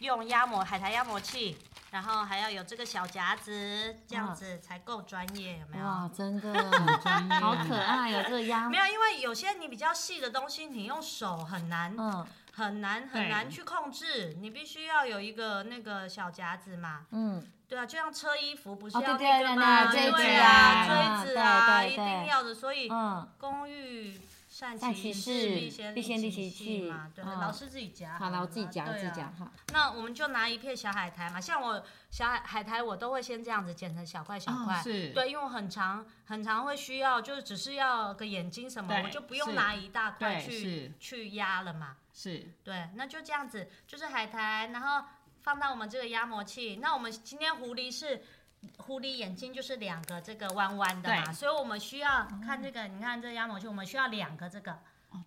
Speaker 2: 用压模海苔压模器，然后还要有这个小夹子，这样子才够专业，有没
Speaker 3: 嗯哇，
Speaker 2: 有？
Speaker 3: 真的
Speaker 1: 专业
Speaker 3: 好可爱哦，这个鸭
Speaker 2: 没，有，因为有些你比较细的东西，你用手很难、
Speaker 3: 嗯
Speaker 2: 很难、
Speaker 1: 对
Speaker 2: 很难去控制，你必须要有一个那个小夹子嘛。
Speaker 3: 嗯，
Speaker 2: 对啊，就像车衣服不是
Speaker 3: 哦
Speaker 2: 要
Speaker 3: 对
Speaker 2: 那
Speaker 3: 对
Speaker 2: 个吗？
Speaker 1: 对对
Speaker 2: 对
Speaker 1: 对
Speaker 2: 啊，
Speaker 3: 对
Speaker 2: 锥子啊，
Speaker 3: 对对
Speaker 2: 一定要的。所以
Speaker 3: 嗯
Speaker 2: 公寓善
Speaker 3: 善
Speaker 2: 其
Speaker 3: 其
Speaker 2: 事，
Speaker 3: 事
Speaker 2: 必先
Speaker 3: 必先利其
Speaker 2: 器
Speaker 3: 器
Speaker 2: 嘛。对，
Speaker 3: 嗯
Speaker 2: 老师自己夹。
Speaker 3: 好了，我自己夹，我
Speaker 2: 对
Speaker 3: 自己
Speaker 2: 啊
Speaker 3: 夹，。好，
Speaker 2: 那我们就拿一片小海苔嘛，像我小海海苔，我都会先这样子剪成小块小块。
Speaker 1: 哦是
Speaker 2: 对，因为我很常很常会需要，就是只是要个眼睛什么，
Speaker 1: 对
Speaker 2: 我就不用
Speaker 1: 是
Speaker 2: 拿一大块
Speaker 1: 对
Speaker 2: 去
Speaker 1: 是
Speaker 2: 去压了嘛。
Speaker 1: 是
Speaker 2: 对，那就这样子，就是海苔，然后放到我们这个压模器。那我们今天狐狸是狐狸眼睛就是两个这个弯弯的嘛，
Speaker 1: 对
Speaker 2: 所以我们需要看这个，你看这压模器，我们需要两个这个，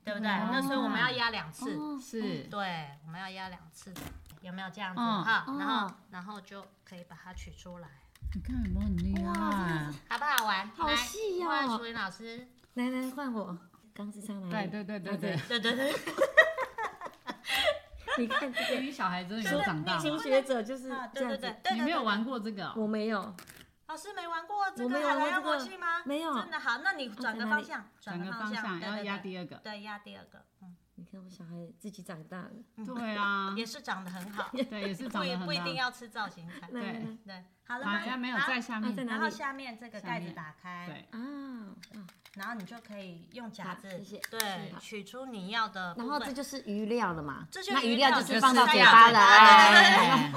Speaker 2: 对不对？
Speaker 1: 对
Speaker 2: 那所以我们要压嗯两次，
Speaker 3: 哦
Speaker 1: 是，
Speaker 2: 对，我们要压两次，有没有这样子
Speaker 1: 嗯
Speaker 2: 哈？然后
Speaker 3: 哦
Speaker 2: 然后就可以把它取出来，
Speaker 1: 你看有没有很厉害？
Speaker 2: 好不好玩？
Speaker 3: 好
Speaker 2: 来
Speaker 3: 细哦
Speaker 2: 换楚林老师，
Speaker 3: 来来换我，刚是上来
Speaker 1: 对
Speaker 3: 的，
Speaker 1: 对
Speaker 3: 啊
Speaker 1: 对对对，
Speaker 2: 对对对，
Speaker 3: 你看这
Speaker 1: 因
Speaker 3: 个
Speaker 1: 为小孩真的有长 大
Speaker 3: 初
Speaker 1: 了。
Speaker 3: 学者就是
Speaker 2: 啊，对
Speaker 3: 这样
Speaker 2: 对对
Speaker 3: 子
Speaker 2: 对，对，
Speaker 1: 你没有
Speaker 2: 对
Speaker 1: 玩过这个哦？
Speaker 3: 我没有，
Speaker 2: 老师没玩过这
Speaker 3: 我没
Speaker 2: 个
Speaker 3: 有
Speaker 2: 海
Speaker 3: 玩
Speaker 2: 苔压
Speaker 3: 过
Speaker 2: 模
Speaker 3: 这个
Speaker 2: 器吗？
Speaker 3: 没有哦
Speaker 2: 真的好，那你转个
Speaker 3: 在哪
Speaker 2: 方
Speaker 3: 里
Speaker 2: 向，转
Speaker 1: 转
Speaker 2: 个
Speaker 1: 个方
Speaker 2: 向，
Speaker 1: 向
Speaker 2: 对
Speaker 1: 要
Speaker 2: 对
Speaker 1: 压
Speaker 2: 对
Speaker 1: 第二个。
Speaker 2: 对，压第二个，嗯，
Speaker 3: 你看我小孩自己长大了，
Speaker 1: 对啊，
Speaker 2: 也是长得很 好，
Speaker 1: 对，也是
Speaker 2: 不
Speaker 1: 长
Speaker 2: 一
Speaker 1: 得很
Speaker 2: 不一定
Speaker 1: 大。
Speaker 2: 要吃造型彩，
Speaker 3: 来
Speaker 1: 对
Speaker 3: 来来
Speaker 2: 对，好了
Speaker 1: 好
Speaker 2: 吗？
Speaker 1: 像没有
Speaker 2: 好
Speaker 1: 在下
Speaker 3: 啊在
Speaker 1: 面。
Speaker 3: 哪
Speaker 2: 然
Speaker 3: 里
Speaker 2: 后下面这个
Speaker 1: 下
Speaker 2: 盖子
Speaker 1: 面
Speaker 2: 打开，
Speaker 1: 对，
Speaker 3: 啊，啊
Speaker 2: 然后你就可以用夹
Speaker 3: 好
Speaker 2: 子，
Speaker 3: 谢谢
Speaker 2: 对，
Speaker 3: 好
Speaker 2: 取出你要的部
Speaker 3: 然
Speaker 2: 分，
Speaker 3: 后这就是鱼料了嘛，
Speaker 2: 这就
Speaker 3: 那
Speaker 2: 鱼
Speaker 3: 鱼
Speaker 2: 料
Speaker 3: 料
Speaker 2: 就
Speaker 3: 就
Speaker 2: 是是
Speaker 3: 放到
Speaker 2: 塞
Speaker 3: 嘴
Speaker 2: 到
Speaker 3: 巴
Speaker 2: 嘴
Speaker 3: 了，
Speaker 2: 巴
Speaker 3: 哎，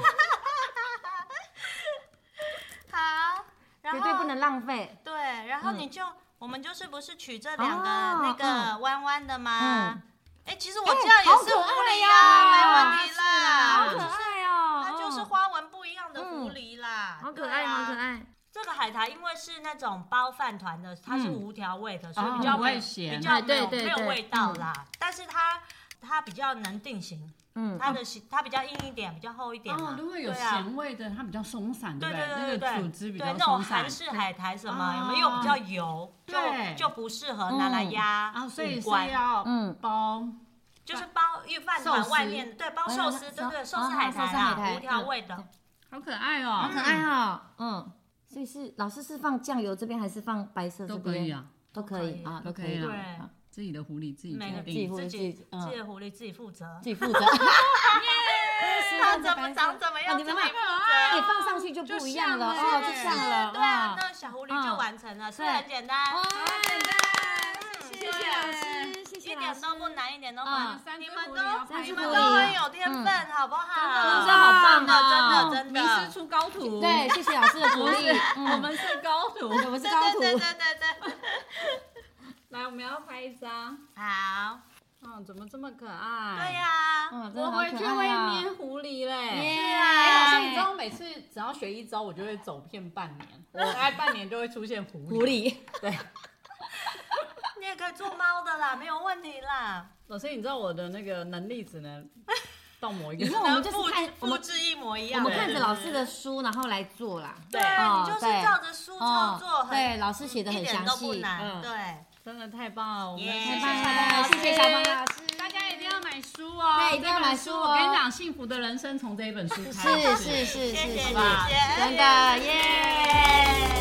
Speaker 2: 好，然
Speaker 3: 绝对不
Speaker 2: 后
Speaker 3: 能浪费，
Speaker 2: 对，然后
Speaker 3: 嗯
Speaker 2: 你就我们就是不是取这两个那
Speaker 3: 哦
Speaker 2: 个弯弯的吗
Speaker 3: 嗯？
Speaker 2: 哎，其实我这样也是
Speaker 3: 好可
Speaker 2: 狐
Speaker 3: 爱
Speaker 2: 狸
Speaker 3: 呀
Speaker 2: 啊，没问题
Speaker 3: 好
Speaker 2: 啦
Speaker 3: 可，爱哦，
Speaker 2: 它就是
Speaker 3: 嗯
Speaker 2: 花纹不一样的狐
Speaker 3: 嗯
Speaker 2: 狸啦，
Speaker 3: 好可
Speaker 2: 对
Speaker 3: 爱，
Speaker 2: 啊
Speaker 3: 好可爱，
Speaker 2: 这个海苔因为是那种包饭团的，它是
Speaker 1: 嗯
Speaker 2: 无调味的，所以
Speaker 1: 哦
Speaker 2: 比较
Speaker 1: 不
Speaker 2: 没有
Speaker 1: 会咸
Speaker 2: 比较
Speaker 3: 哎
Speaker 2: 没有
Speaker 3: 对对嗯
Speaker 2: 没有
Speaker 3: 对
Speaker 2: 味道啦。但是它它比较能定型，
Speaker 3: 嗯，
Speaker 2: 它的形它比较硬一点，比较厚一点嘛。
Speaker 1: 哦，如果有
Speaker 2: 对啊
Speaker 1: 咸味的，它比较松散，
Speaker 2: 对
Speaker 1: 不
Speaker 2: 对
Speaker 1: 对？
Speaker 2: 对对对
Speaker 1: 那个组织比
Speaker 2: 对
Speaker 1: 较
Speaker 2: 那种
Speaker 1: 松散。
Speaker 2: 韩式海苔什么，
Speaker 1: 哦
Speaker 2: 有没有比较油，就
Speaker 1: 对
Speaker 2: 就不适合拿来
Speaker 3: 嗯
Speaker 2: 压
Speaker 1: 啊，所以是
Speaker 2: 五官，
Speaker 1: 要
Speaker 3: 嗯
Speaker 1: 包
Speaker 2: 就是包御饭
Speaker 1: 寿
Speaker 2: 团
Speaker 1: 司
Speaker 2: 外面对包
Speaker 3: 哎
Speaker 2: 寿
Speaker 3: 那
Speaker 2: 司，对
Speaker 3: 那
Speaker 2: 对，
Speaker 3: 那
Speaker 2: 寿
Speaker 3: 哦
Speaker 2: 司海
Speaker 3: 寿司
Speaker 2: 苔
Speaker 3: 海
Speaker 2: 啦，
Speaker 3: 苔
Speaker 2: 无调
Speaker 3: 嗯
Speaker 2: 味的，
Speaker 1: 好可爱哦
Speaker 3: 好可爱哦，嗯，所以是老师是放酱油这边还是放白色这
Speaker 1: 都
Speaker 3: 边？
Speaker 1: 可以，啊，
Speaker 3: 都可以啊，
Speaker 1: 都
Speaker 3: 都
Speaker 1: 可
Speaker 3: 可
Speaker 1: 以
Speaker 3: 以
Speaker 1: 啊
Speaker 2: 对
Speaker 3: 啊，
Speaker 1: 自己的狐狸自己
Speaker 2: 每
Speaker 1: 决
Speaker 2: 个
Speaker 3: 自己
Speaker 1: 定。
Speaker 3: 负
Speaker 2: 自
Speaker 3: 责
Speaker 2: 己
Speaker 3: 嗯
Speaker 2: 自己的狐狸自己负责。
Speaker 3: 自己 负责。
Speaker 2: 它
Speaker 3: 它
Speaker 2: 怎么长怎么样，
Speaker 3: 你们
Speaker 2: 自己
Speaker 3: 看
Speaker 2: 负责
Speaker 3: 哎，放上去就不一样了
Speaker 1: 就像了
Speaker 3: 哦，就像了，
Speaker 2: 对啊
Speaker 3: 哇，
Speaker 2: 那小狐狸就
Speaker 3: 嗯
Speaker 2: 完成了，是不
Speaker 3: 对
Speaker 2: 是很简单？
Speaker 3: 哦
Speaker 2: 嗯
Speaker 3: 谢谢老师，谢
Speaker 2: 一
Speaker 3: 谢
Speaker 2: 点
Speaker 3: 老师，
Speaker 2: 都不难，一点都不
Speaker 3: 嗯
Speaker 2: 难。
Speaker 1: 三
Speaker 2: 你
Speaker 1: 只
Speaker 2: 们
Speaker 1: 狐
Speaker 2: 都
Speaker 1: 狸要
Speaker 3: 三
Speaker 2: 你
Speaker 3: 只
Speaker 2: 们
Speaker 3: 狐
Speaker 2: 都
Speaker 3: 狸
Speaker 2: 很有天
Speaker 3: 嗯
Speaker 2: 分，好不好？
Speaker 3: 真的好
Speaker 2: 真
Speaker 3: 棒
Speaker 2: 的
Speaker 3: 哦
Speaker 2: 真的真
Speaker 1: 迷
Speaker 2: 的
Speaker 1: 失。出高徒，
Speaker 3: 对，谢谢老师的鼓
Speaker 1: 我们
Speaker 3: 励
Speaker 1: 是，
Speaker 3: 嗯
Speaker 1: 我们是高徒。
Speaker 3: 对 我是
Speaker 2: 对
Speaker 3: 高
Speaker 2: 对对
Speaker 3: 徒，
Speaker 2: 对对对，
Speaker 1: 来，我们要拍一张。
Speaker 2: 好，
Speaker 1: 嗯，怎么这么可
Speaker 2: 对
Speaker 1: 爱？
Speaker 2: 呀，
Speaker 3: 嗯，真
Speaker 1: 我
Speaker 3: 的好
Speaker 1: 回去
Speaker 3: 可
Speaker 1: 会
Speaker 3: 爱啊
Speaker 1: 捏狐狸嘞。
Speaker 3: 耶
Speaker 1: 哎，老师，你知道我每次只要学一招，我就会走遍半 年，我大概半年就会出现狐狸。
Speaker 3: 狐，狸，
Speaker 1: 对。
Speaker 2: 你也可以做猫的啦，没有问题啦。
Speaker 1: 老师，你知道我的那个能力只能到某一
Speaker 3: 你
Speaker 1: 个
Speaker 3: 看我们就
Speaker 2: 复
Speaker 3: 是看
Speaker 2: 复
Speaker 3: 我们
Speaker 2: 制一模一
Speaker 3: 我
Speaker 2: 样的。
Speaker 3: 们看着老师的书，然后来做啦，
Speaker 2: 对，
Speaker 3: 哦
Speaker 2: 你就是
Speaker 3: 对
Speaker 2: 照着书操作，
Speaker 3: 哦
Speaker 2: 很
Speaker 3: 对，老师写的
Speaker 2: 一
Speaker 3: 很
Speaker 2: 点
Speaker 3: 详
Speaker 2: 都不
Speaker 3: 细，
Speaker 2: 难。
Speaker 1: 嗯
Speaker 2: 对，
Speaker 1: 真的太棒了，我们
Speaker 2: 耶
Speaker 1: 太棒
Speaker 3: 太棒
Speaker 1: 了，
Speaker 3: 了，谢谢小朋友老师，
Speaker 1: 大家一定要买书哦，
Speaker 3: 对一定要买书
Speaker 1: 这
Speaker 3: 哦
Speaker 1: 本我跟你讲，《幸福的人生》从这一本书开始。
Speaker 3: 是是是是
Speaker 2: 谢谢
Speaker 3: 是
Speaker 2: 谢谢，
Speaker 1: 吧
Speaker 3: 真的耶。
Speaker 2: 耶。